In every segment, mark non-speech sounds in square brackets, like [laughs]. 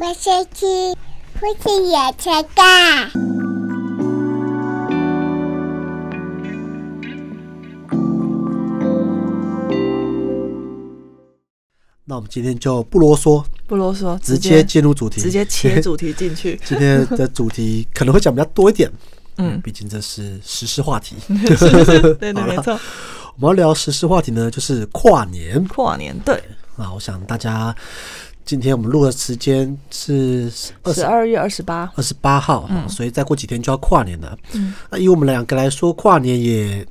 我先去，父亲也才干。那我们今天就不啰嗦，不啰嗦，直接接进入主题。直接 [laughs]。切主题进去今天的主题可能会讲比较多一点，嗯，毕竟这是时事话题。对好对，啦没错，我们要聊时事话题呢，就是跨年跨年对，啊。我想大家今天我们录的时间是二十十二月二十八，二十八号，啊所以再过几天就要跨年了。嗯那以我们两个来说，跨年也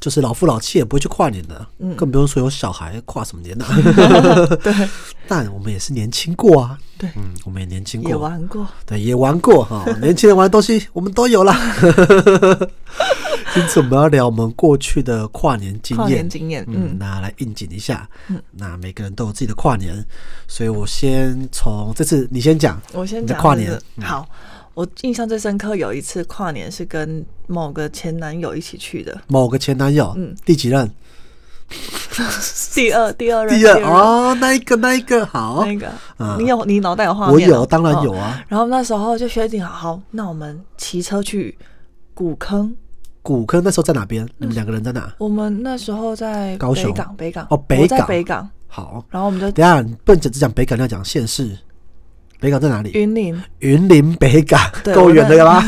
就是老夫老妻也不会去跨年的，更不用说有小孩跨什么年呢、嗯 [laughs] 对 [laughs] 但我们也是年轻过啊，对，啊嗯，我们也年轻也过，玩过，对，也玩过 [laughs] 哈、年轻人玩的东西我们都有啦。 [laughs] 因此，我们要聊我们过去的跨年经跨验年。经验，嗯，嗯，那来应景一下。那每个人都有自己的跨年，所以我先从这次你先讲，我先你的讲跨就是年嗯好。我印象最深刻有一次跨年是跟某个前男友一起 [laughs] 去的，某个前男友，嗯第几任？第二第二任第二哦，那一个那一个好，那个，嗯你有你脑袋有画我面哦？有，当然哦有啊。然后那时候就决定好，好，那我们骑车去古坑。古坑那时候在哪嗯边？你们两个人在哪？我们那时候在高雄北港，北港哦北我在港北港。好，然后我们就等一下你不能只讲北港，你要讲县市。北港在哪里？云林， [laughs] 云林北港，对够远的了吧？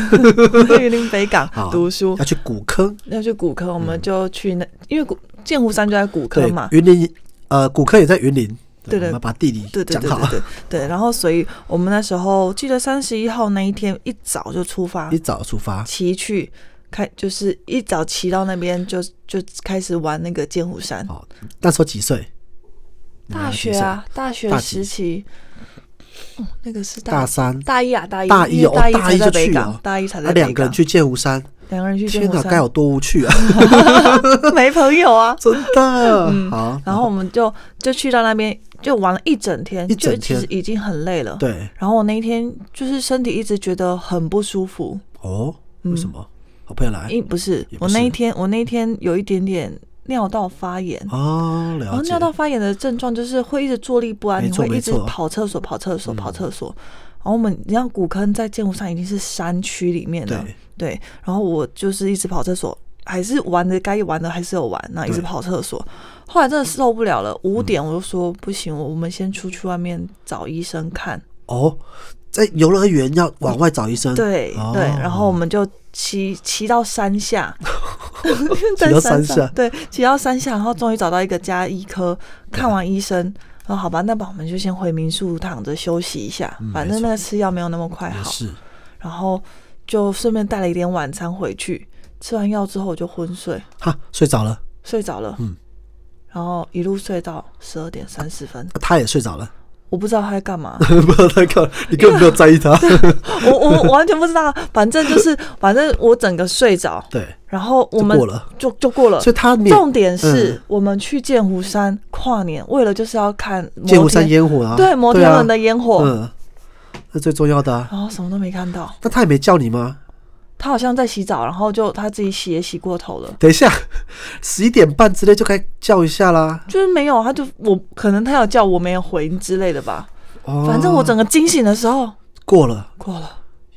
我在云林北港好读书要，去古坑，要去古坑，我们就去那，因为古剑湖山就在古嗯对坑嘛，。云林呃，古坑也在云林。对对我们要把地理对对讲对好。对对对，然后所以我们那时候记得三十一号那一天一早就出发一，早出发，骑去开，就是一早骑到那边就就开始玩那个剑湖山。好，那时候几岁？你们大还学几岁，啊，大学大几时期，嗯那个是大大三，大一啊，大一，大因一为哦，大一大才一在就北去港了，，大一才在啊北两个人港，去剑湖山，两个人去剑天湖哪，山该有多无趣啊！ [laughs] 没朋友啊。真 [laughs] 的，嗯好，然后我们就就去到那边，就玩了一整天，一整就其实天已经很累了。。对，然后我那一天就是身体一直觉得很不舒服，哦，为什么？好朋友来嗯因不是哎也不我那是一天，我那一天有一点点尿道发炎，哦，然了后解尿。道发炎的症状就是会一直坐立不安，没你错会一直没错嗯跑厕所、跑厕所、跑厕所。然后我们，你像古坑在建湖上已经是山区里面了，对对。然后我就是一直跑厕所，还是玩的该玩的还是有玩，然后一直对嗯跑厕所。后来真的受不了了，五点我就说、不行，我们先出去外面找医生看。哦，在游乐园要往外找医生，对、哦对，然后我们就骑骑到山 [laughs] 下，在骑到山山上下对，骑到山下，然后终于找到一个加医科，看完医生，然后好吧，那吧，我们就先回民宿躺着休息一下，反嗯没正错那个吃药没有那么快也好，是然后就顺便带了一点晚餐回去，吃完药之后我就昏睡，哈，睡着了，睡着了，嗯然后一路睡到十二点三十分，他也睡着了， [laughs] 我不知道他在干嘛，不知道他干嘛，你根本没有在意他。我我我完全不知道，反正就是反正我整个睡着，对，然后我们就过了就就过了。所以他免重点是、嗯我们去剑湖山跨年，为了就是要看摩剑湖山天烟火啊，对摩天啊轮的烟火，嗯，那最重要的啊。然后什么都没看到。那他也没叫你吗？他好像在洗澡，然后就他自己洗也洗过头了，等一下， [laughs] 十一点半之类就该叫一下啦。就是没有，他就我可能他有叫我没有回之类的吧。哦，反正我整个惊醒的时候过了，过了，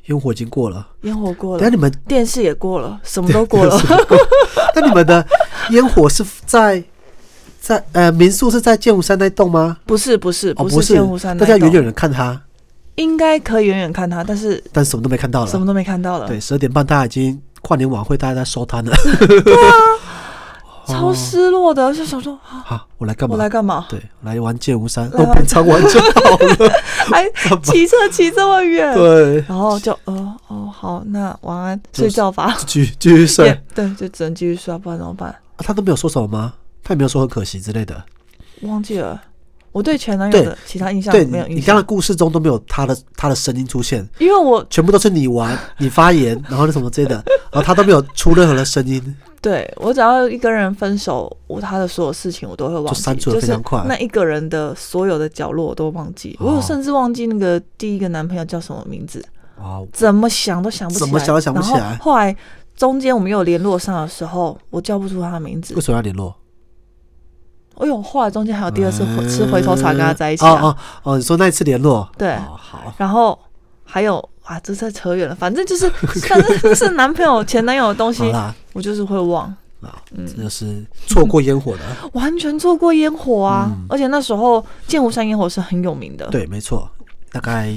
烟火已经过了。烟火过等一下了，你们电视也过了，什么都 [laughs] 过了。那你们的 [laughs] 烟火是在在呃民宿是在剑湖山那栋吗？不是不是哦，是是剑湖山，大家远远的看他，应该可以远远看他，但是但什么都没看到了。什么都没看到了。对，十二点半大家已经跨年晚会，大家在收 [laughs] 摊了。超失落的，就想说啊，好，我来干嘛？我来干嘛？对，来玩剑湖山，来玩我平常玩就好 [laughs] 了。还哎骑车骑这么远，对，然后就呃哦好，那晚安，就是睡觉 [laughs] 吧。继续继续睡。也 [laughs] 对，就只能继续睡啊，不然怎么办？啊他都没有说什么吗？他也没有说很可惜之类的。忘记了，我对前男友的其他印象对没有你，印你刚刚象，故事中都没有他的他的声音出现，因为我全部都是你玩、你发言，然后那什么之类的， [laughs] 然后他都没有出任何的声音。对我只要一跟人分手，我他的所有事情我都会忘记，就删除得非常快就是那一个人的所有的角落我都忘记，哦我甚至忘记那个第一个男朋友叫什么名字，哦，怎么想都想不起来，怎么想都想不起来然后后来中间我们有联络上的时候，我叫不出他的名字为，什么要联络？哎呦，后来中间还有第二次回吃回头草跟他在一起嗯哦啊，哦哦，你说那一次联络？对哦好，然后还有啊，这太扯远了，反正就是 [laughs] 反正就是男朋友前男友的东西好，啦，我就是嗯会忘，啊，这就是错过烟火的， [laughs] 完全错过烟火啊！而且那时候剑湖山烟火是很有名的，嗯对，没错，大概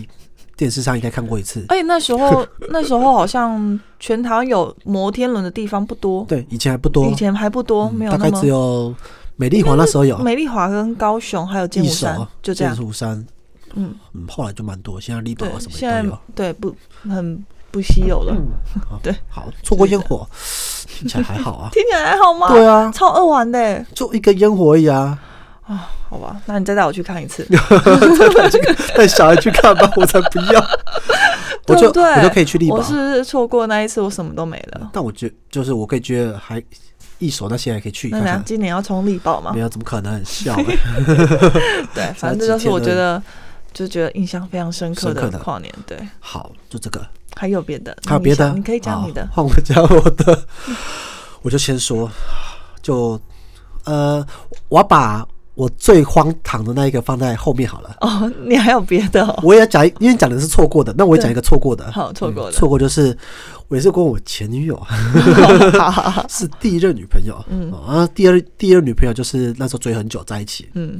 电视上应该看过一次。而且那 [laughs] 时候那时候好像全台湾有摩天轮的地方不多，对，以前还不多嗯以，前还不多，没有大那概么只。有美丽华那时候有美丽华跟高雄还有剑一湖手山，就这样。剑湖山，嗯嗯，后来就蛮多，现在力宝对啊什，么现也都在有。嗯对不很不稀有了，好，错过烟火，听起来还好 [laughs] 啊。听起来还好吗？对啊，超恶玩的欸就一个烟火而已啊，啊！好吧，那你再带我去看一次。带小孩去看吧，我才不 [laughs] 要。 [laughs] 我对就不对？我就可以去力宝我，是错过那一次，我什么都没了。但我觉就是我可以觉得还一手那些还可以去那看怎样？看。今年要冲力宝吗没？有，怎么可能？很笑 [laughs] 欸、对，反正这就是我觉得就觉得印象非常深刻深刻的的跨年。对，好，就这个。还有别的？还有别你的？想你可以讲你的好。 [laughs] 换我讲我的。我就先说，就呃，我要把我最荒唐的那一个放在后面好了。哦， [laughs] 你还有别的哦？我也讲一，因为讲的是错过的，那我也讲一个错过的。 [laughs] 好，错过了。嗯错过就是我也是跟我前女友， [laughs] 是第一任女朋友，嗯，然后第二第一任女朋友就是那时候追很久在一起，嗯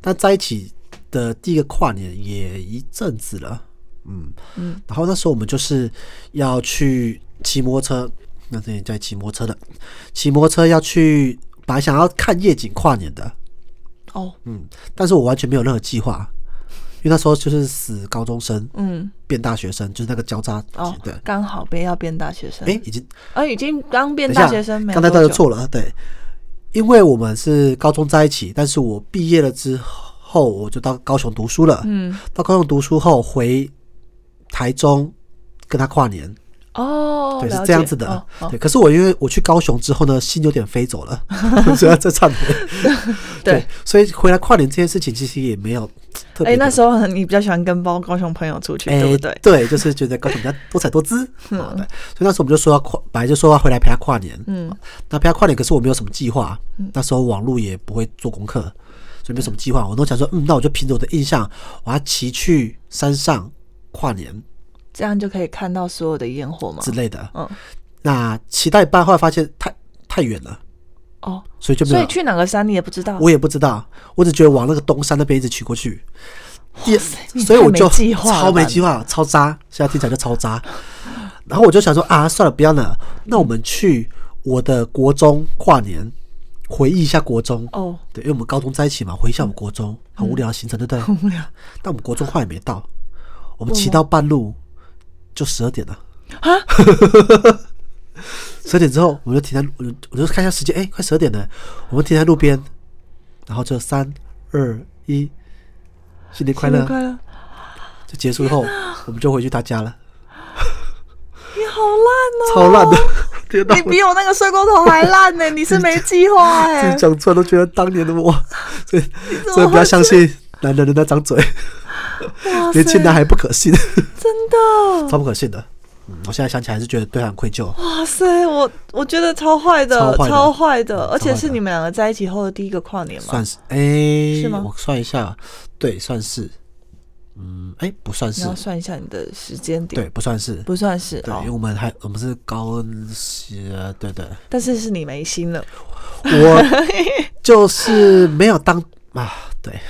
但在一起的第一个跨年也一阵子了，嗯嗯，然后那时候我们就是要去骑摩托车，那时候也在骑摩托车的，骑摩托车要去，本来想要看夜景跨年的，哦，但是我完全没有任何计划，因为那时候就是死高中生嗯变大学生，就是那个交叉哦对，，刚好别要变大学生哎、。已经啊，已经刚变等一大下学生没有刚多才久，大家错了，对，因为我们是高中在一起，但是我毕业了之后我就到高雄读书了，嗯，到高雄读书后回台中跟他跨年，哦，对，是了这样解子的。哦哦对，可是我因为我去高雄之后呢，心有点飞走了， [laughs] 所以要再忏悔。 [laughs] 对，所以回来跨年这件事情其实也没有特别哎，的。那时候很你比较喜欢跟包高雄朋友出去，哎对不嗯对？就是觉得高雄比较多彩多姿， [laughs] 啊对，所以那时候我们就说要跨，本来就说要回来陪他跨年，哦嗯，那陪他跨年，可是我没有什么计划，那时候网络也不会做功课，所以没有什么计划，我都想说，嗯，那我就凭着我的印象，我要骑去山上跨年这样就可以看到所有的烟火吗？之类的，嗯，那骑到一半，后来发现太太远了，哦，所以就没所有以，去哪个山你也不知道。我也不知道，我只觉得往那个东山那边一直骑过去，第你所以我就太没计划了吧超没计划，超渣，现在听起来就超渣。然后我就想说啊，算了，不要了，那我们去我的国中跨年，回忆一下国中。哦，对，因为我们高中在一起嘛，回忆一下我们国中，很无聊的行程，对不对？无聊但我们国中后来没到，我们骑到半路就十二点了。啊！ [laughs] 十二点之后，我们就停在，我就我就看一下时间，哎、快十二点了，我们停在路边，然后就三二一，新年快新乐！年快乐！就结束后，我们就回去他家了，你好超烂烂的， [laughs] 天哪哦，！你比我那个睡过头还烂 [laughs] 呢！你是没计划自哎己，讲出来都觉得当年的 [laughs] 我，所以怎么所以不要会相信男人的那张嘴，哇塞年轻男孩不可信， [laughs] 真的，超不可信的。嗯，我现在想起来还是觉得对他很愧疚。哇塞，我我觉得超坏的，超坏的超坏的，而且超坏是的你们两个在一起后的第一个跨年嘛算？是哎，是吗我算一下，对，算是，嗯，哎，不算你是要，算一下你的时间点，对，不算是，不算是对，因为哦，我们还我们是高恩是，呃对 [laughs] 对，但是是你没 [laughs] 心了，我就是没有当啊，对，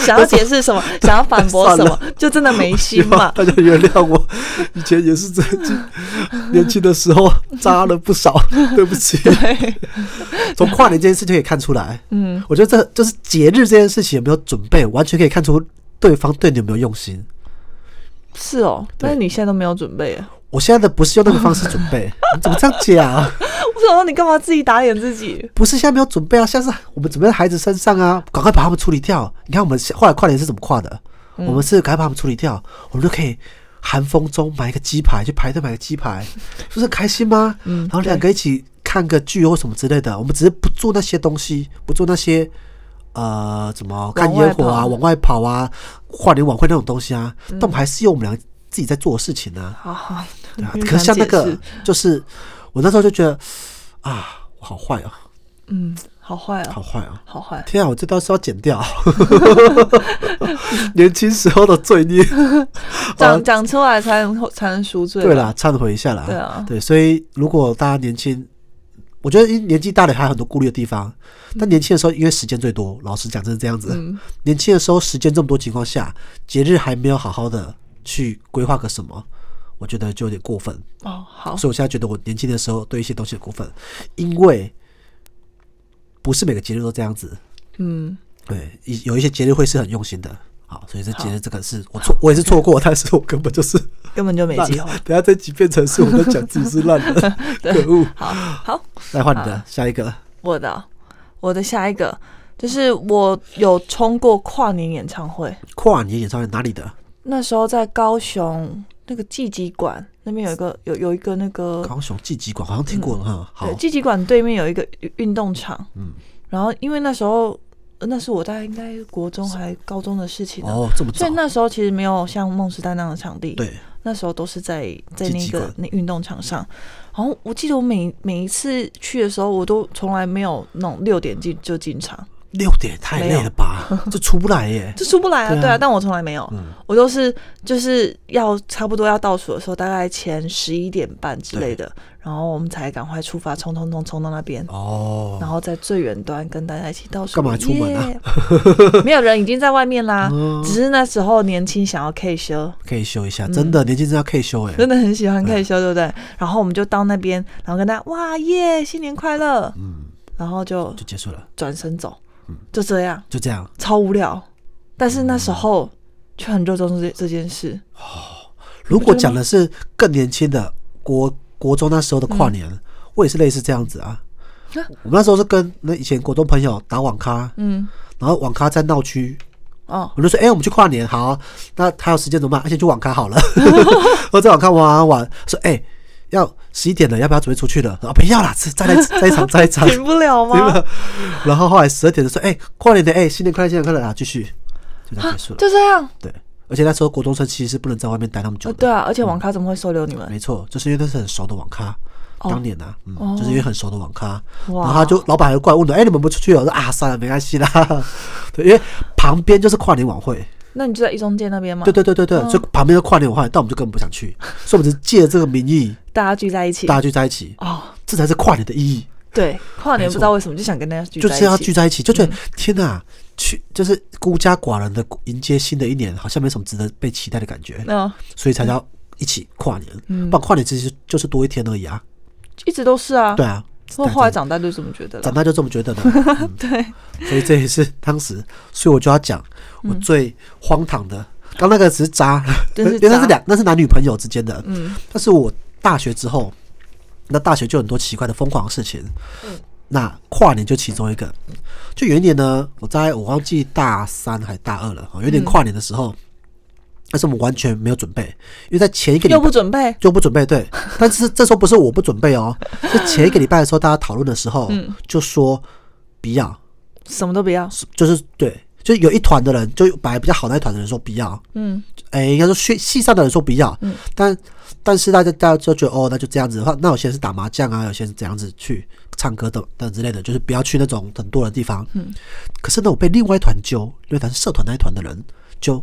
想要解释什么，想要反驳什么，就真的没希心嘛望。啊大家原谅我，以前也是这年轻的时候渣了不 [laughs] 少，对不起。从跨年这件事就可以看出来，嗯，我觉得这就是节日这件事情有没有准备，完全可以看出对方对你有没有用心。是哦，但是你现在都没有准备啊。 [laughs] 我现在的不是用那个方式准备，你怎么这样讲？我想说你干嘛自己打脸自己？不是现在没有准备啊，现在是我们准备在孩子身上啊，赶快把他们处理掉。你看我们后来跨年是怎么跨的？嗯我们是赶快把他们处理掉，我们就可以寒风中买一个鸡排，去排队买个鸡 [laughs] 排，不是很开心吗？嗯然后两个一起看个剧或什么之类的，我们只是不做那些东西，不做那些呃，怎么看烟火啊、往外跑往外跑嗯啊、跨年晚会那种东西啊，但我们还是有我们俩自己在做的事情呢、好好，对啊你，可是像那嗯想解个释，就是我那时候就觉得啊，我好坏哦。嗯，好坏哦，好坏啊！好坏，天啊，我这段是要剪 [laughs] 掉，年轻时候的罪孽。啊讲讲出来才能才能赎罪。对，啦，忏悔一下啦。对啊所以如果大家年轻，我觉得因年纪大了还有很多顾虑的地方。但年轻的时候，因为时间最多，老实讲，真的这样子。嗯年轻的时候，时间这么多情况下，节日还没有好好的去规划个什么，我觉得就有点过分。哦，好，所以我现在觉得我年轻的时候对一些东西很过分，因为不是每个节日都这样子。嗯，对，一有一些节日会是很用心的。好，所以这节日这个是我错，我也是错过，但是我根本就是根本就没烂机了会。等下这集变成是我们在讲自己是烂 [laughs] 的，可恶！好好，再换你的下一个，我的我的下一个就是我有冲过跨年演唱会，跨年演唱会哪里的？那时候在高雄那个季集馆那边有一个有有一个那个高雄季集馆好像听过哈。好嗯对，，季集馆对面有一个运运动场，嗯然后因为那时候呃那是我大概应该国中还高中的事情了。哦，这么所早以，那时候其实没有像梦时代那样的场地，对，那时候都是在在季那集个馆那运动场上。然后我记得我每每一次去的时候，我都从来没有那种六点进就进场，六点太累没有了 [laughs] 吧？这出不来耶。就出不来啊，对啊嗯对啊，但我从来没有，我都是就是要差不多要倒数的时候，大概前十一点半之类的，然后我们才赶快出发，冲冲冲冲到那边，哦然，后在最远端跟大家一起倒数。干嘛出门啊耶没有人已经在外面啦，嗯只是那时候年轻想要 K 修，可以休一下，真的，年轻人要可以休哎。嗯真的很喜欢 K 修，对不对？然后我们就到那边，然后跟大家哇耶，新年快乐，嗯，然后就就结嗯束了，转身走，就这样。就这样。超无聊，但是那嗯时候却很热衷这这件事。如果讲的是更年轻的国国中那时候的跨年，嗯我也是类似这样子啊。我们那时候是跟那以前国中朋友打网咖，嗯，然后网咖在闹区， [laughs] 哦，我就说，哎、我们去跨年，好啊，那还有时间怎么办？而且哎去网咖好了， [laughs] 我在网咖玩玩玩，说，哎、要十一点了，要不要准备出去了？啊，不要啦，再再来再一场，再一场。 [laughs] 停不 [laughs] 了吗？然后后来十二点的时候，哎、跨年的，哎、新年快乐，新年快乐啊，继续，就这样结束了。就 [laughs] 这样。对，而且那时候国中生其实是不能在外面待那么久呃，的。对啊，而且网咖怎么会收留你们？嗯没错，就是因为那是很熟的网咖。哦当年啊，嗯，就是因为很熟的网咖，然哇后他就老板还过来问我，哎、你们不出去了？我说啊，算了，没关系啦。 [laughs] 对，因为旁边就是跨年晚会，那你就在一中街那边吗？对，对对对对，嗯就旁边的跨年晚会，但我们就根本不想去，所以我们是借这个名义大家聚在一起大。家聚在一起，哦，这才是跨年的意义，对，跨年没错不知道为什么就想跟大家聚就在是要一聚起。嗯在一起，就觉得、天哪，去就是孤家寡人的迎接新的一年，好像没什么值得被期待的感觉，嗯，所以才要一起跨年。嗯不然跨年其实就是多一天而已啊，一直都是啊。对。啊。我后来长大就这么觉得长了。大就这么觉得的，嗯、对，所以这也是当时，所以我就要讲我最荒唐的。刚那个只是渣， [laughs] 真嗯是因为那渣是两那是男女朋友之间的，嗯，但是我大学之后，那大学就很多奇怪的疯狂的事情。嗯那跨年就其中一个。就有一年呢，我在我忘记大三还大二了，哦嗯有一年跨年的时候，但是我们完全没有准备，因为在前一个礼又拜不准备，就不准备对，但是这时候不是我不准备 [laughs] 哦，是前一个礼拜的时候大家讨论的时候，嗯就说不要，什么都不要。就是对，就是有一团的人，就本来比较好那一团的人说不要，嗯，哎、应该说系系上的人说不要，但但是大家大家就觉得哦，那就这样子的话，那有些人是打麻将啊，有些人是怎样子去唱歌等等之类的，就是不要去那种很多人的地方。嗯，可是呢，我被另外一团揪，因为他是社团那一团的人揪，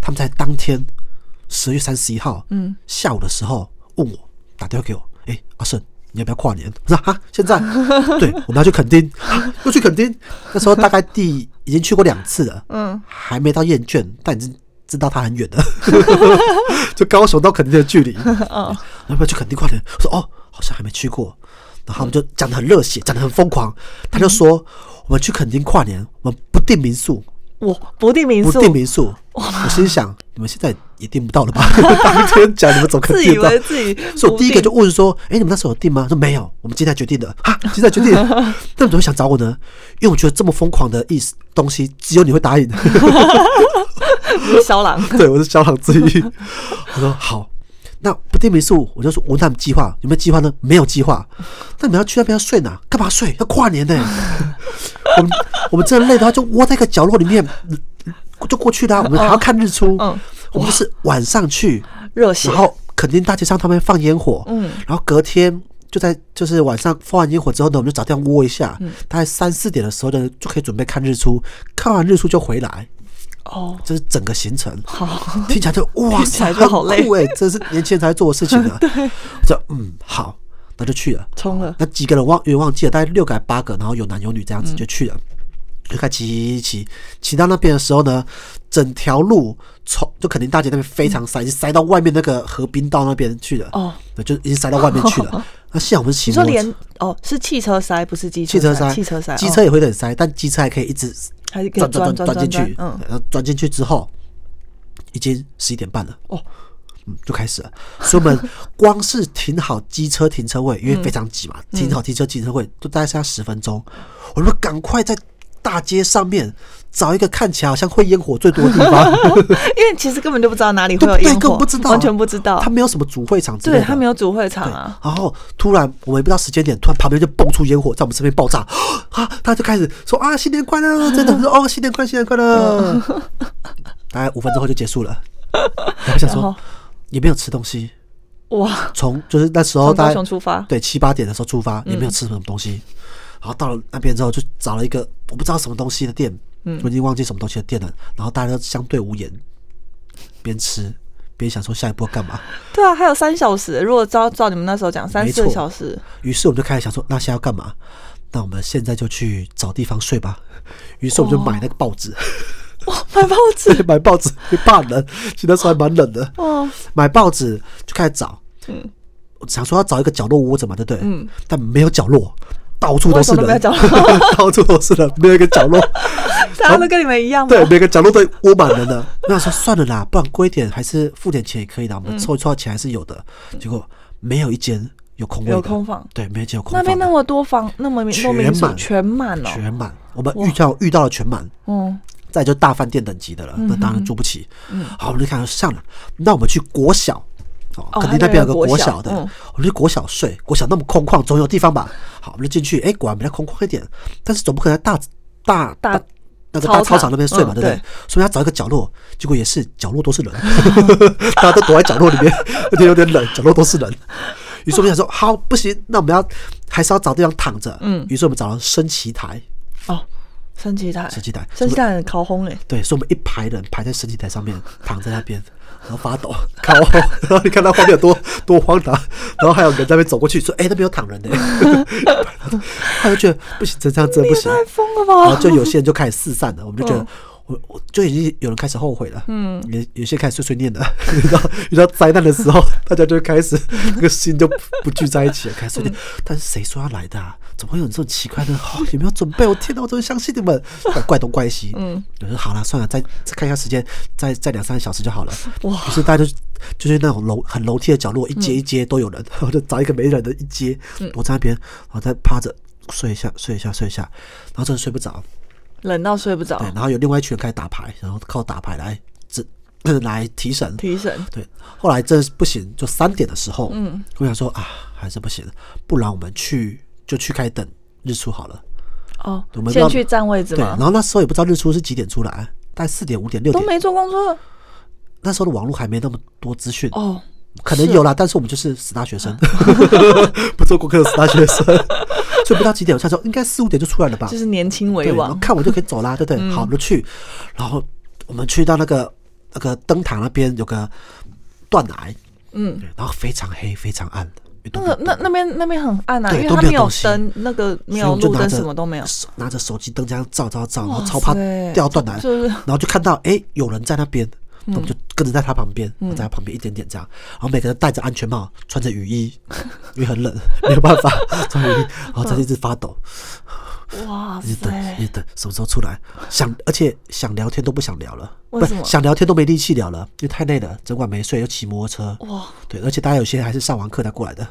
他们在当天十月三十一号，嗯，下午的时候问我打电话给我，哎、阿胜。你要不要跨年？我说哈，现在 [laughs] 对，我们要去垦丁，啊又去垦丁。那时候大概第已经去过两次了，嗯，还没到厌倦，但已经知道它很远了。 [laughs] 就高雄到垦丁的距离。 [laughs] 要不要去垦丁跨年？我说哦，好像还没去过。然后他们就讲的很热血，讲的很疯狂。他就说、我们去垦丁跨年，我们不订民宿，我不定民不宿，订民宿。我心想，你们现在也订不到了 [laughs] 吧？当天讲你们怎么可能自订以得到为？自己不定。 [laughs] 所以我第一个就问说：“哎、你们那时候有订吗？”说没有，我们今天才决定的。哈，今天才决 [laughs] 定，那你怎么会想找我呢？因为我觉得这么疯狂的意思东西，只有你会答应。 [laughs] 肖郎，对，我是小狼之一。 [laughs] 我说好，那不定民宿，我就说问他们计划有没有计划呢？没有计划。那你们要去那边要睡哪？干嘛睡？要跨年呢、 [laughs] 我们我们真的累的话，就窝在一个角落里面，就过去啦、我们还要看日出。嗯我们是晚上去，热血然。后垦丁大街上他们放烟火，嗯，然后隔天就在就是晚上放完烟火之后呢，我们就找地方窝一下，嗯大概三四点的时候呢，就可以准备看日出，看完日出就回来，哦，这是整个行程。好， [laughs] [laughs] 听起来就哇听起塞，来就好累很酷哎、这是年轻人才会做的事情 [laughs] 啊。对，我说嗯好，那就去了。[laughs] 冲了，那几个人忘也忘记了，大概六个还八个，然后有男有女这嗯样子就去了，就开始骑骑骑到那边的时候呢，整条路从就垦丁大街那边非常塞，已经塞到外面那个河滨道那边去了，嗯哦，对，就已经塞到外面去 [laughs] 了。那幸好我们是骑你说摩托车连哦是汽车塞不是机汽车塞，塞，汽车塞，机哦车也会很塞，但机车还可以一直还是可以钻钻钻钻进去，嗯，然后钻进去之后，已经十一点半了，哦，嗯，就开始了。所以我们光是停好机车停车位，因为非常挤嘛，嗯停好机车停车位就大概剩下十分钟，我们赶快在大街上面找一个看起来好像会烟火最多的地方， [laughs] [laughs] 因为其实根本就不知道哪里会对有对，烟根火，本不知道，完全不知道它，没有什么主会场之类对的，他没有主会场对啊，然后突然我们也不知道时间点，突然旁边就蹦出烟火，在我们身边爆炸 [gasps] 啊！大家就开始说啊，新年快乐，真嗯的说哦，新年快乐，新年快 [laughs] 乐。大概五分钟后就结束了。然后想然说后也没有吃东西，哇，从就是那时候从大高概雄出发，嗯对七八点的时候出发，也没有吃什么东西。然后到了那边之后，就找了一个我不知道什么东西的店，嗯我已经忘记什么东西的店了。然后大家都相对无言，边吃边想说下一步要干嘛。对啊，还有三小时，如果照照你们那时候讲三没四错个小时， [laughs] 于是我们就开始想说，那现在要干嘛？那我们现在就去找地方睡吧。于是我们就买那个报纸，哦买报 [laughs] 纸，对， [laughs] 买报纸，也怕冷，其实那时候还蛮冷的。哦，买报纸就开始找，嗯，我想说要找一个角落窝着嘛，对不对？嗯，但没有角落，到处都为是什么都没有人，角 [laughs] 到处都是人，没有一个角落，大家都跟你们一样吗？对，每个角落都窝满人的。那我说算了啦，不然贵一点，还是付点钱也可以的，我嗯们凑一凑钱还是有的。结果没有一间有空位的，有空房对，没有一间有空那房的，边那么多房，那么民多全民宿满全满哦，全满，我们遇到遇到了全满。嗯，再就大饭店等级的了，那当然住不起。好，我们就看算了，那我们去国小。哦哦，肯定那边有个国还有小个的，国小嗯我们去国小睡，国小那么空旷，总有地方吧。好，我们就进去，哎、果然比较空旷一点，但是总不可能在大大大那个大操操场场那边睡嘛，对嗯不对对？所以要找一个角落，结果也是角落都是人， [laughs] 大家都躲在角落里面，而且有点冷，角落都是人。于是我们想说，好，不行，那我们要还是要找地方躺着。嗯于是我们找了升旗台，哦，升旗台，升旗台升旗台很烤烘哎，对，所以我们一排人排在升旗台上面，躺在那边，然后发抖，靠，然后你看那画面有多多荒唐，然后还有人在那边走过去说：“哎、那边有躺人的、 [laughs] 他就觉得不行，这样真的不行。太疯了然后吧？就有些人就开始四散 [laughs] 了，我们就觉得。我我就已经有人开始后悔了，嗯，有有些开始碎碎念了， [laughs] 你知道遇到灾难的时候， [laughs] 大家就开始那个心就不不聚在一起了，开始碎念。但是谁说要来的、啊？怎么会有这种奇怪的？哦，有没有准备？我天哪，我怎么相信你们？怪东怪西，嗯，我说好了，算了，再再看一下时间，再再两三个小时就好了。哇于是大家就就是那种楼很楼梯的角落，一阶一阶都有人， [laughs] 然后就找一个没人的一阶，我在那边，然后再趴着睡一下，睡一下，睡一下，然后真的睡不着。冷到睡不着对，，然后有另外一群人开始打牌，然后靠打牌来这 [clears throat] 来提神。提神，对，后来真的是不行，就三点的时候，嗯，我想说啊，还是不行，不然我们去就去开始等日出好了。哦我，们先让去占位置对，然嘛，后那时候也不知道日出是几点出来，大概四点、五点、六都点，没做功课那时候的网络还没那么多资讯，哦，可能有啦，但是我们就是死大学生，不做功课的死大学生，所以不知道几点，我想说应该四五点就出来了吧，就是年轻为对，然后王，看我就可以走啦，对不对？嗯好，我们就去，然后我们去到那个那个灯塔那边有个断崖，嗯对，然后非常黑，非常暗，因为都那没有个那那边那边很暗啊，因对为都它没有没有东西灯，那个所没以有我们就路拿灯，着什么都没有，手拿着手机灯这样照照照，然哇后超怕塞掉断崖，就是然后就看到哎有人在那边，嗯那我们就跟着在他旁边，在他旁边一点点这样，然后每个人戴着安全帽，穿着雨衣， [laughs] 因为很冷，没有办法穿雨衣，然后在一直发抖，哇一直等，一塞，直等，什么时候出来？想， [laughs] 而且想聊天都不想聊了，为不什么想聊天都没力气聊了，因为太累了，整晚没睡，又骑摩托车。哇，哦对，而且大家有些还是上完课才过来的，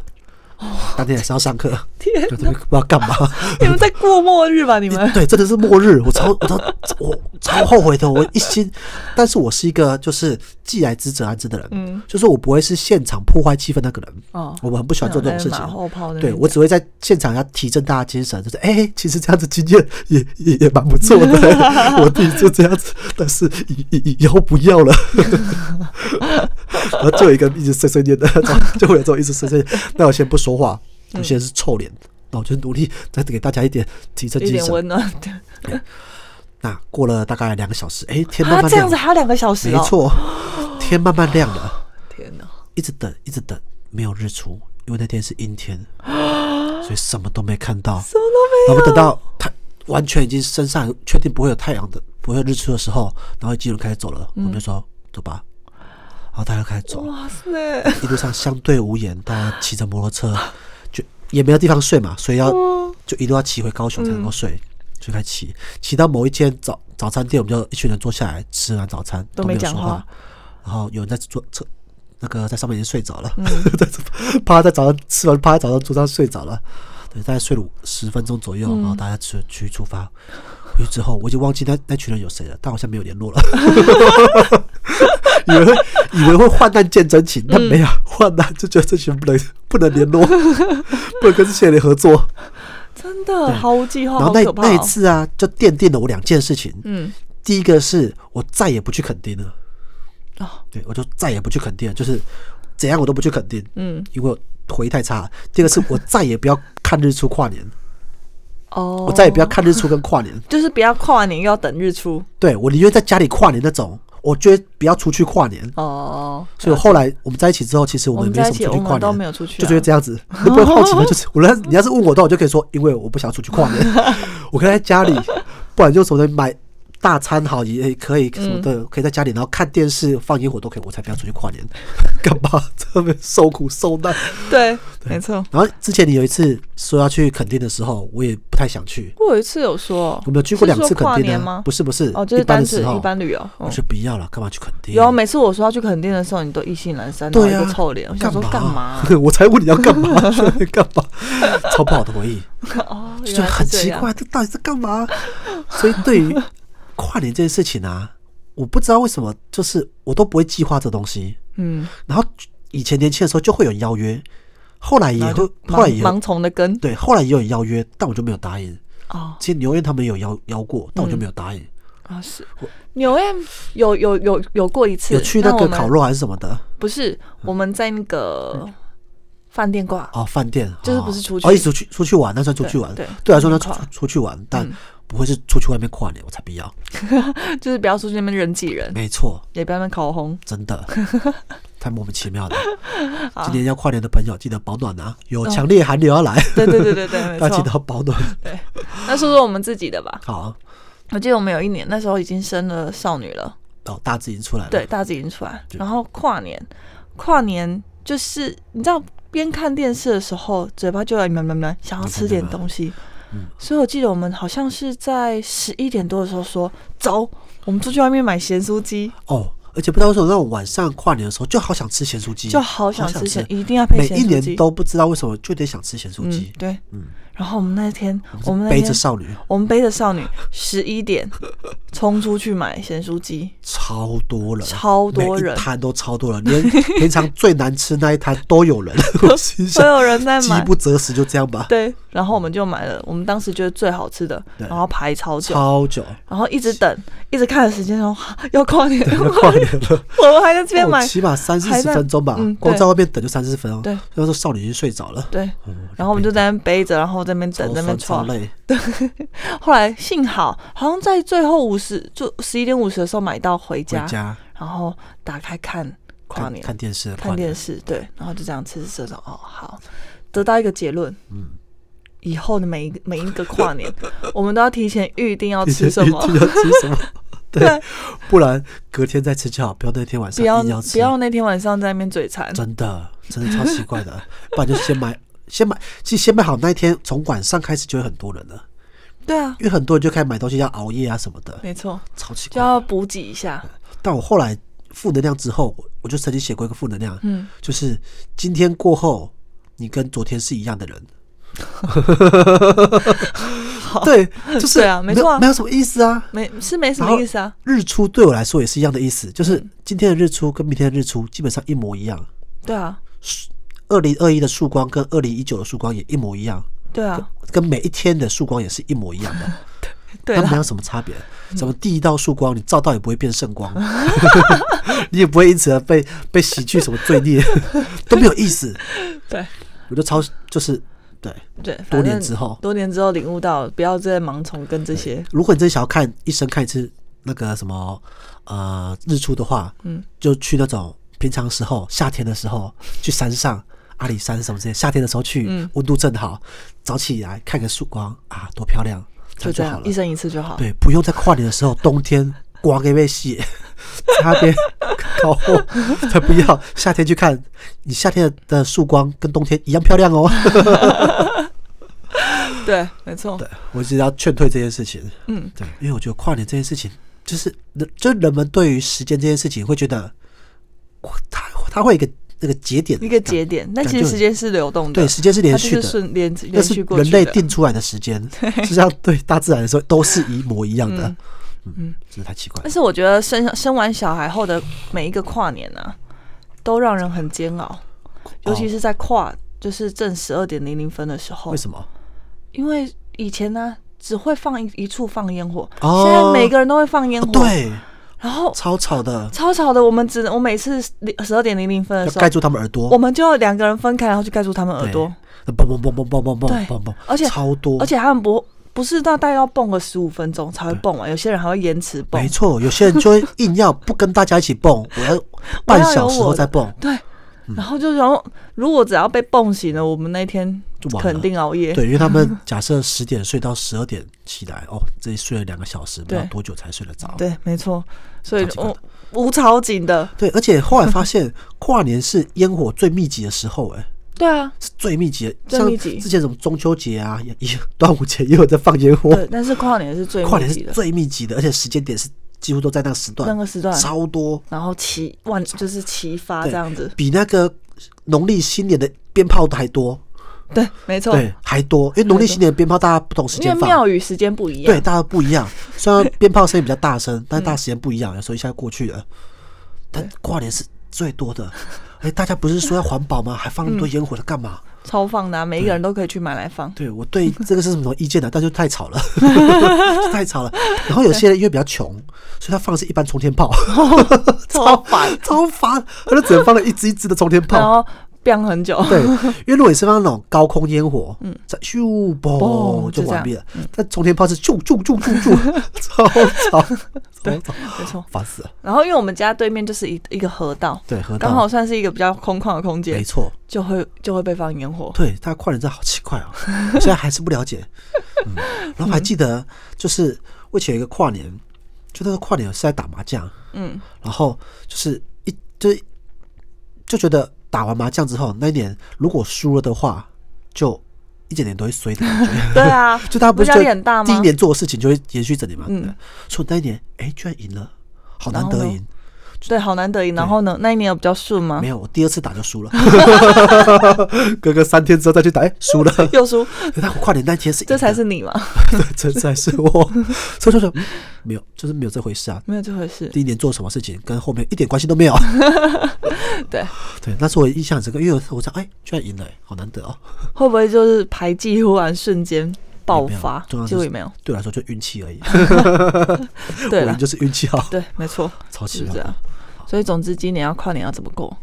当天还是要上课， [laughs] 天就这边不知道干嘛。 [laughs] 你们在过末日吧？你们对，真的是末日，我超我超我超后悔的，我一心，但是我是一个就是既来之则安之的人，嗯，就是我不会是现场破坏气氛那个人，哦我很不喜欢做这种事那种情马后炮那，种对我只会在现场要提振大家精神，就是哎、其实这样子经验也也也蛮不错的， [laughs] 我自己就这样子，但是以以以后不要了。 [laughs] 然后就有一个一直碎碎念的，就会有这种一直碎碎念。那我先不说话，有些人是臭脸，那我就努力再给大家一点提振一精点神。温暖的。那过了大概两个小时，哎，天慢啊，慢这亮样子了，还要两个小时没哦。错，天慢慢亮了。天哪，一直等，一直等，没有日出，因为那天是阴 [gasps] 天，所以什么都没看到。怎么都然后等到太完全已经身上确定不会有太阳的，不会有日出的时候，然后基隆开始走了，我们就说走吧，然后大家就开始走没？，[laughs] 哇塞！一路上相对无言，大家骑着摩托车，就也没有地方睡嘛，所以要哦就一路要骑回高雄才嗯能够睡，就开始骑，骑到某一间早早餐店，我们就一群人坐下来吃完早餐都没没有讲说话，然后有人在坐车。那个在上面已经睡着了，嗯 [laughs] 在趴在早上吃完趴在早上桌上睡着了，对，大概睡了五十分钟左右，然嗯后大家去去出发。回去之后，我已经忘记那那群人有谁了，但好像没有联络了。 [laughs] 以为会以为会患难见真情，但没有嗯患难，就觉得这群不能不能联 [laughs] 络，不能跟这些人合作。真的毫无计划，然后好那可怕哦。那一次啊，就奠定了我两件事情。嗯，第一个是我再也不去垦丁了，哦，对我就再也不去垦丁了，就是怎样我都不去垦丁，嗯，因为我回忆太差了。第二个是我再也不要看日出跨年，哦，我再也不要看日出跟跨年。就是不要跨年又要等日出对我宁愿在家里跨年那种，我觉得不要出去跨年。哦。所以后来我们在一起之后，其实我我们们没在什么一起，出我去跨们年都，没有出去啊，就觉得这样子，你不会好奇吗？就是我要你要是问我的话，我就可以说，因为我不想出去跨 [laughs] 年，我可以在家里，不然就什么买大餐好也可以什么嗯的，可以在家里，然后看电视、放烟火都可以，我才不要出去跨年， [laughs] 干嘛特别受苦受难？对，没错。然后之前你有一次说要去垦丁的时候，我也不太想去，我有一次有说，我们有去过两次是说垦跨丁年啊吗？不是不是，哦，就是一般单的纯时候一，般旅游。嗯我说不要了，干嘛去垦丁？有每次我说要去垦丁的时候，你都意兴阑珊，然后对啊一呀、个臭脸，我想说干嘛？？啊 [laughs] 我才问你要干 [laughs] 嘛，去那边干嘛？超不好的回忆，哦， [laughs] 就原觉得来是很这奇样怪，这到底在干嘛？ [laughs] 所以对于跨年这件事情啊，我不知道为什么，就是我都不会计划这东西。 [laughs] 嗯，然后以前年轻的时候就会有人邀约，后来也然会后就，后来盲也有盲从的跟对，后来也有人邀约，但我就没有答应。哦其实牛燕他们有邀邀过，但我就没有答应。啊是纽约有有有有过一次，有去那但我个们烤肉还是什么的不是我们在那个嗯饭店 [laughs] 挂，哦，饭店就是哦不是出哦，一去直出去出去玩，那算出对去玩。对对来说那出出去跨出去玩，但嗯不会是出去外面跨年，我才不要。就是不要出去那边人挤人，没错，也不要那边口红。真 [laughs] 的，太莫名其妙了。今年要跨年的朋友，记得保暖啊！有强烈寒流要来，对对对对对，[laughs] 哦没大家记错得。要保暖。对，那说说我们自己的吧。好，我记得我们有一年那时候已经生了少女了，哦，大致已经出来了。对，，大致已经出来。然后跨年，跨年就是你知道，边看电视的时候，嘴巴就要喵喵喵，想要吃点东西。嗯所以我记得我们好像是在十一点多的时候说，走，我们出去外面买咸酥鸡，哦，而且不知道为什么那种晚上跨年的时候，就好想吃咸酥鸡，就好想吃吃咸，一定要配每咸一酥年鸡。都不知道为什么就得想吃咸酥嗯鸡，。对，然后我们那天，我们那背着天，少女，我们背着 [laughs] 少女十一点冲出去买咸酥鸡，超多人，超多每一人摊都超多人，连 [laughs] 平常最难吃那一摊都有 [laughs] 人。我心所想，有人在饥买。不择食，就这样吧。对，然后我们就买了，我们当时觉得最好吃的，对然后排超久，超久，然后一直等，一直看时间，然后要跨年，要跨年了。 [laughs] 我们还在这边买哦，起码三四还十在分钟吧嗯，光对在外面等就三四分钟。对，那时候少女已经睡着了，对，然后我们就在那边背着，然后在那边超等，在那边酸超闯。累。后来幸好，好像在最后五十，就十一点五十的时候买到回回家，家然后打开看跨看年，看电视，看跨年电视，对，然后就这样吃吃吃吃，哦，好，得到一个结论，嗯，以后的每一个每一个跨年， [laughs] 我们都要提前预定要吃什 [laughs] 么一，定要吃 [laughs] 什么？对对，不然隔天再吃就好，不要那天晚上不要硬要不吃。要那天晚上在那边嘴馋，真的，真的超奇怪的。 [laughs] 不然就先买，先买，其实先买好那一天，从晚上开始就会很多人了，对啊，因为很多人就开始买东西要熬夜啊什么的，没错，超奇就怪。要补给一下，但我后来负能量之后，我我就曾经写过一个负能量，嗯，就是今天过后，你跟昨天是一样的 [laughs] 人。对，就是对啊没错啊有没有什么意思啊。没是没什然后么意思啊，嗯日出对我来说也是一样的意思，就是今天的日出跟明天的日出基本上一模一样。对啊，二零二一的曙光跟二零一九的曙光也一模一样，对啊，跟每一天的曙光也是一模一样的。对它没啦，嗯有什么差别。什么第一道曙光，你照到也不会变圣光， [laughs] 你也不会因此而 [laughs] 被被洗去什么罪孽，都没有意思。对，我就超就是对，对，多反年正之后多年之后领悟到，不要再盲从跟这些。如果你真的想要看一生看一次那个什么呃日出的话，嗯，就去那种平常时候夏天的时候去山上阿里山什么之类，夏天的时候去，嗯温度正好，早起来看个曙光啊，多漂亮，就这这样就好样，了一。生一次就好。对，不用在跨年的时候冬天刮给被洗， [laughs] 在那边搞混， [laughs] 才不要夏天去看，你夏天的曙光跟冬天一样漂亮 [laughs] 哦。对，没错。对，我只要劝退这件事情。嗯，对，因为我觉得跨年这件事情，就是人，就是人们对于时间这件事情会觉得，它它会有一个那个节点，一个节点，但其感实觉时间是流动的，对，时间是连它续就是的，顺连那连是续过人去类的。定出来的时 [laughs] 间，实际上对大自然的时候都是一模一样的。嗯嗯嗯真的太奇怪了但。是我觉得生生完小孩后的每一个跨年啊，都让人很煎熬，尤其哦是在跨就是正十二点零零分的时候为，什么？因为以前呢只会放一一处放烟火，哦现在每个人都会放烟火，，对，然后超吵的，超吵的，我们只能我每次十二点零零分要的时盖候，住他们耳朵我，们就两个人分开，然后去盖住他们耳朵，对，嘣嘣嘣嘣嘣嘣嘣对嘣嘣，而且超多，而且他们不不是到大概要蹦个十五分钟才会蹦完，有些人还会延迟蹦没，错，有些人就会硬要不跟大家一起 [laughs] 蹦，我要半小时后再蹦，对。嗯然后就然后，如果只要被蹦醒了，我们那天就完了肯定熬夜。对，因为他们假设十点睡到十二点起来，哦，这里睡了两个小时，不知道对多久才睡得着。对，没错。所以超级棒我无超紧的，对，而且后来发现跨年是烟火最密集的时候、哎，对啊，是最密集的。最像密集之前什么中秋节啊，也也端午节也有在放烟火，对。但是跨年是最跨密年集是的最密集的，而且时间点是几乎都在那个时段，那个时段，超多，然后齐万就是齐发对这样子。比那个农历新年的鞭炮都还多，对，没错。对，还多，因为农历新年的鞭炮大家不同时因为间放，庙宇时间不一样对，，嗯大家不一样。虽然鞭炮声音比较大 [laughs] 声，但是大家时间不一样，有时候一下就过去了。但跨年是最多 [laughs] 的。哎，大家不是说要环保吗？还放那么多烟火，在干嘛？超放的啊、每一个人都可以去买来放。对我对这个是什么意见呢？但就太 [laughs] 吵了，太吵了。然后有些人因为比较穷，所以他放的是一般冲天炮，哦超烦， [laughs] 超烦，他就只能放了一支一支的冲天然炮。后晾很久， [laughs] 对，因为如果你是放那种高空烟火，嗯，在咻嘣嘣就就这完样嗯毕了。但冲天炮是咻咻咻咻咻， [laughs] 超吵，超吵。没错。烦死了。然后因为我们家对面就是一一个河道，对，河道刚好算是一个比较空旷的空没间，错，就会就会被放烟火。对，大家跨人真的好奇怪哦，我现在还是不了解。嗯，然后还记得就是我以前有一个跨年，就那个跨年是在打麻将，嗯，然后就是一就是就觉得打完麻将之后，那一年如果输了的话，就一整年都会衰的感觉。对 [laughs]，啊就大家不是压力就很大第一吗？年做的事情就会延续一整年嘛。嗯嗯，所以那一年哎、居然赢了，好然难后得呢啊赢。对，好难得赢。然后呢，那一年有比较顺吗没？有，我第二次打就 [laughs] 输了，隔个三天之后再去打，哎、输 [laughs] 了。又输，但我跨年那天是赢的 [laughs] 这才是你嘛？这才是我，所以就说嗯没有，就是没有这回事啊。 [laughs] 没有这回事。第一年做什么事情跟后面一点关系都没有。 [laughs] 对，对，那是我印象整个，因为我想，哎，居然赢了、哎好难得哦。会不会就是排挤忽然瞬间爆发也没有重要？结就果是也没有。对我来说就运气而已，[laughs] 我对啊赢了，就是运气 [laughs] 好，对，没错，超就奇是妙这样的。。所以总之，今年要跨年要怎么过？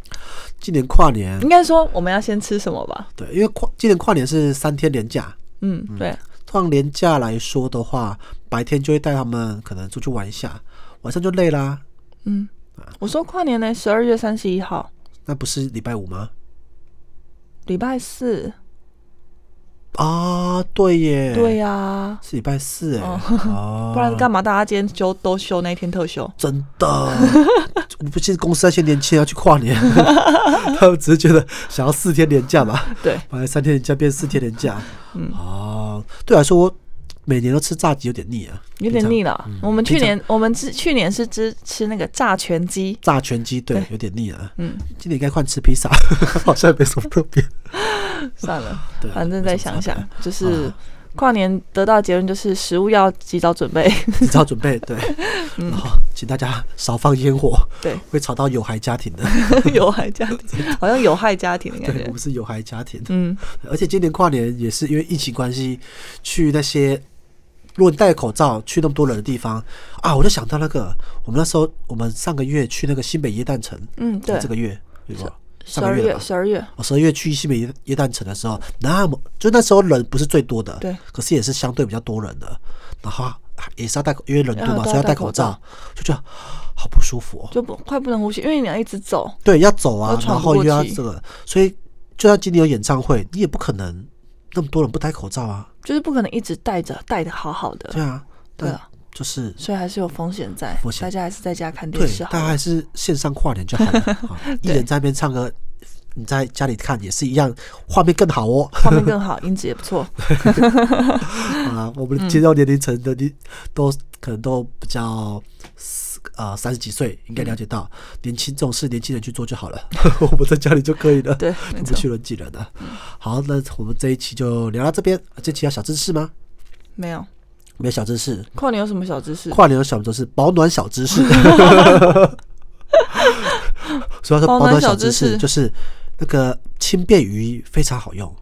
今年跨年应，该说我们要先吃什么吧？对，因为跨今年跨年是三天连假，嗯，对，通常连假来说的话，白天就会带他们可能出去玩一下，晚上就累啦。嗯，我说跨年呢，十二月三十一号，那不是礼拜五吗？礼拜四。啊，对耶，对呀、是礼拜四哎、哦不然干嘛大家今天休都休那一天特休？真的，我不信公司那些年轻人要去跨年， [laughs] 他们只是觉得想要四天年假嘛，对，本来三天年假变四天年假。嗯，哦，对我来说，我每年都吃炸鸡有点腻啊，有点腻了。我们去平常年我们吃去年是吃吃那个炸全鸡，炸全鸡对对有点腻啊。 [laughs] 嗯，今年应该换吃披萨， [laughs] 好像也没什么特别。算了，对啊，反正再想想没什么差，就是跨年得到的结论就是食物要及早准备。别，提早准备对，然后请大家少放烟火， [laughs] 对，会吵到有孩家庭的。 [laughs] 有害 [laughs] 家庭，好像有害家庭的感对，我觉们。是有孩家庭。嗯，而且今年跨年也是因为疫情关系，去那些如果你戴口罩去那么多人的地方啊，我就想到那个我们那时候我们上个月去那个新北耶诞城，嗯对这个月有没有十上个二月了月吧十二月，我哦十二月去西北耶耶诞城的时候，那么就那时候人不是最多的，对，可是也是相对比较多人的，然后也是要戴口，因为人多啊嘛，都所以要要戴戴口口罩，就觉得好不舒服哦。就不快不能呼吸，因为你要一直走，对，要走啊要，喘然不后过又要气这个，所以就算今年有演唱会，你也不可能那么多人不戴口罩啊，就是不可能一直戴着戴的好好的，对啊，对但啊就是所以还是有风险在风，险大家还是在家看电对视，好啊大家了。还是线上跨年就好了，啊一 [laughs] 对人在那边唱歌，你在家里看也是一样，画面更好哦。画面更好， [laughs] 音质也 [laughs] 不错。啊，我嗯们接到年龄层的你都可能都比较呃三十几岁，应该了解到、嗯年轻这种事，年轻人去做就好了， [laughs] 我们在家里就可以了，对，没我们错嗯去，人挤人了。好，那我们这一期就聊到这边。啊这期要小知识吗？没有没有小知识，跨年有什么小知识？跨年有小知识，保暖小知 [laughs] 识。所以要说保保暖暖小小知知识识就是那个轻便雨衣非常好用，哦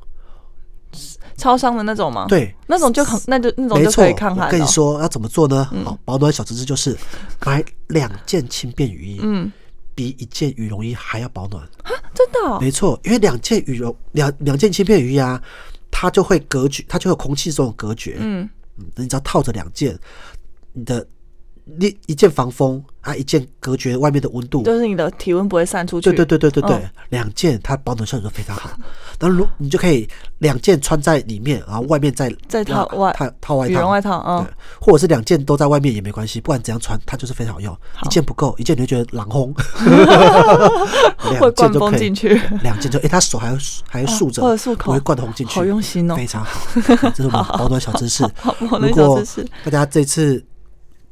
超商的那种吗？，对，那种就很，那就那种没就错，可以哦抗我寒跟你了。说要怎么做呢？嗯好，保暖小知识 [laughs] 就是买两件轻便雨衣，嗯，比一件羽绒衣还要保暖。真的哦没错，因为两件羽绒两两件轻便雨衣啊，它就会隔绝，它就会有空气这种隔绝。嗯，嗯，你只要套着两件，你的另一件防风啊，一件隔绝外面的温度。就是你的体温不会散出去。对对对对对对嗯，两件它保暖效果都非常好。然后如你就可以两件穿在里面，然后外面再再套啊外套套外羽套绒。外套，嗯对，，或者是两件都在外面也没关系，不管怎样穿，它就是非常好用。一件不够，一件你会觉得狼 [laughs] 轰，会 [laughs] 两灌件就风可进以，去，哦两件就，哎、它手还会还会竖着，或者漱口不会灌红进去好，用心哦。非常好。 [laughs] 这是我们保暖小知识。好，我那如小果知识，大家这次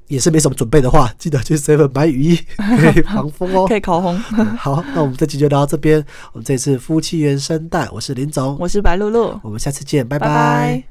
也是没什么准备的话，记得去 seven 买雨 [laughs] 衣，可以防风哦可。以烤红。 [laughs] 好，那我们这期就聊到这边。我们这次夫妻原声带，我是林总，我是白露露，我们下次见，拜拜。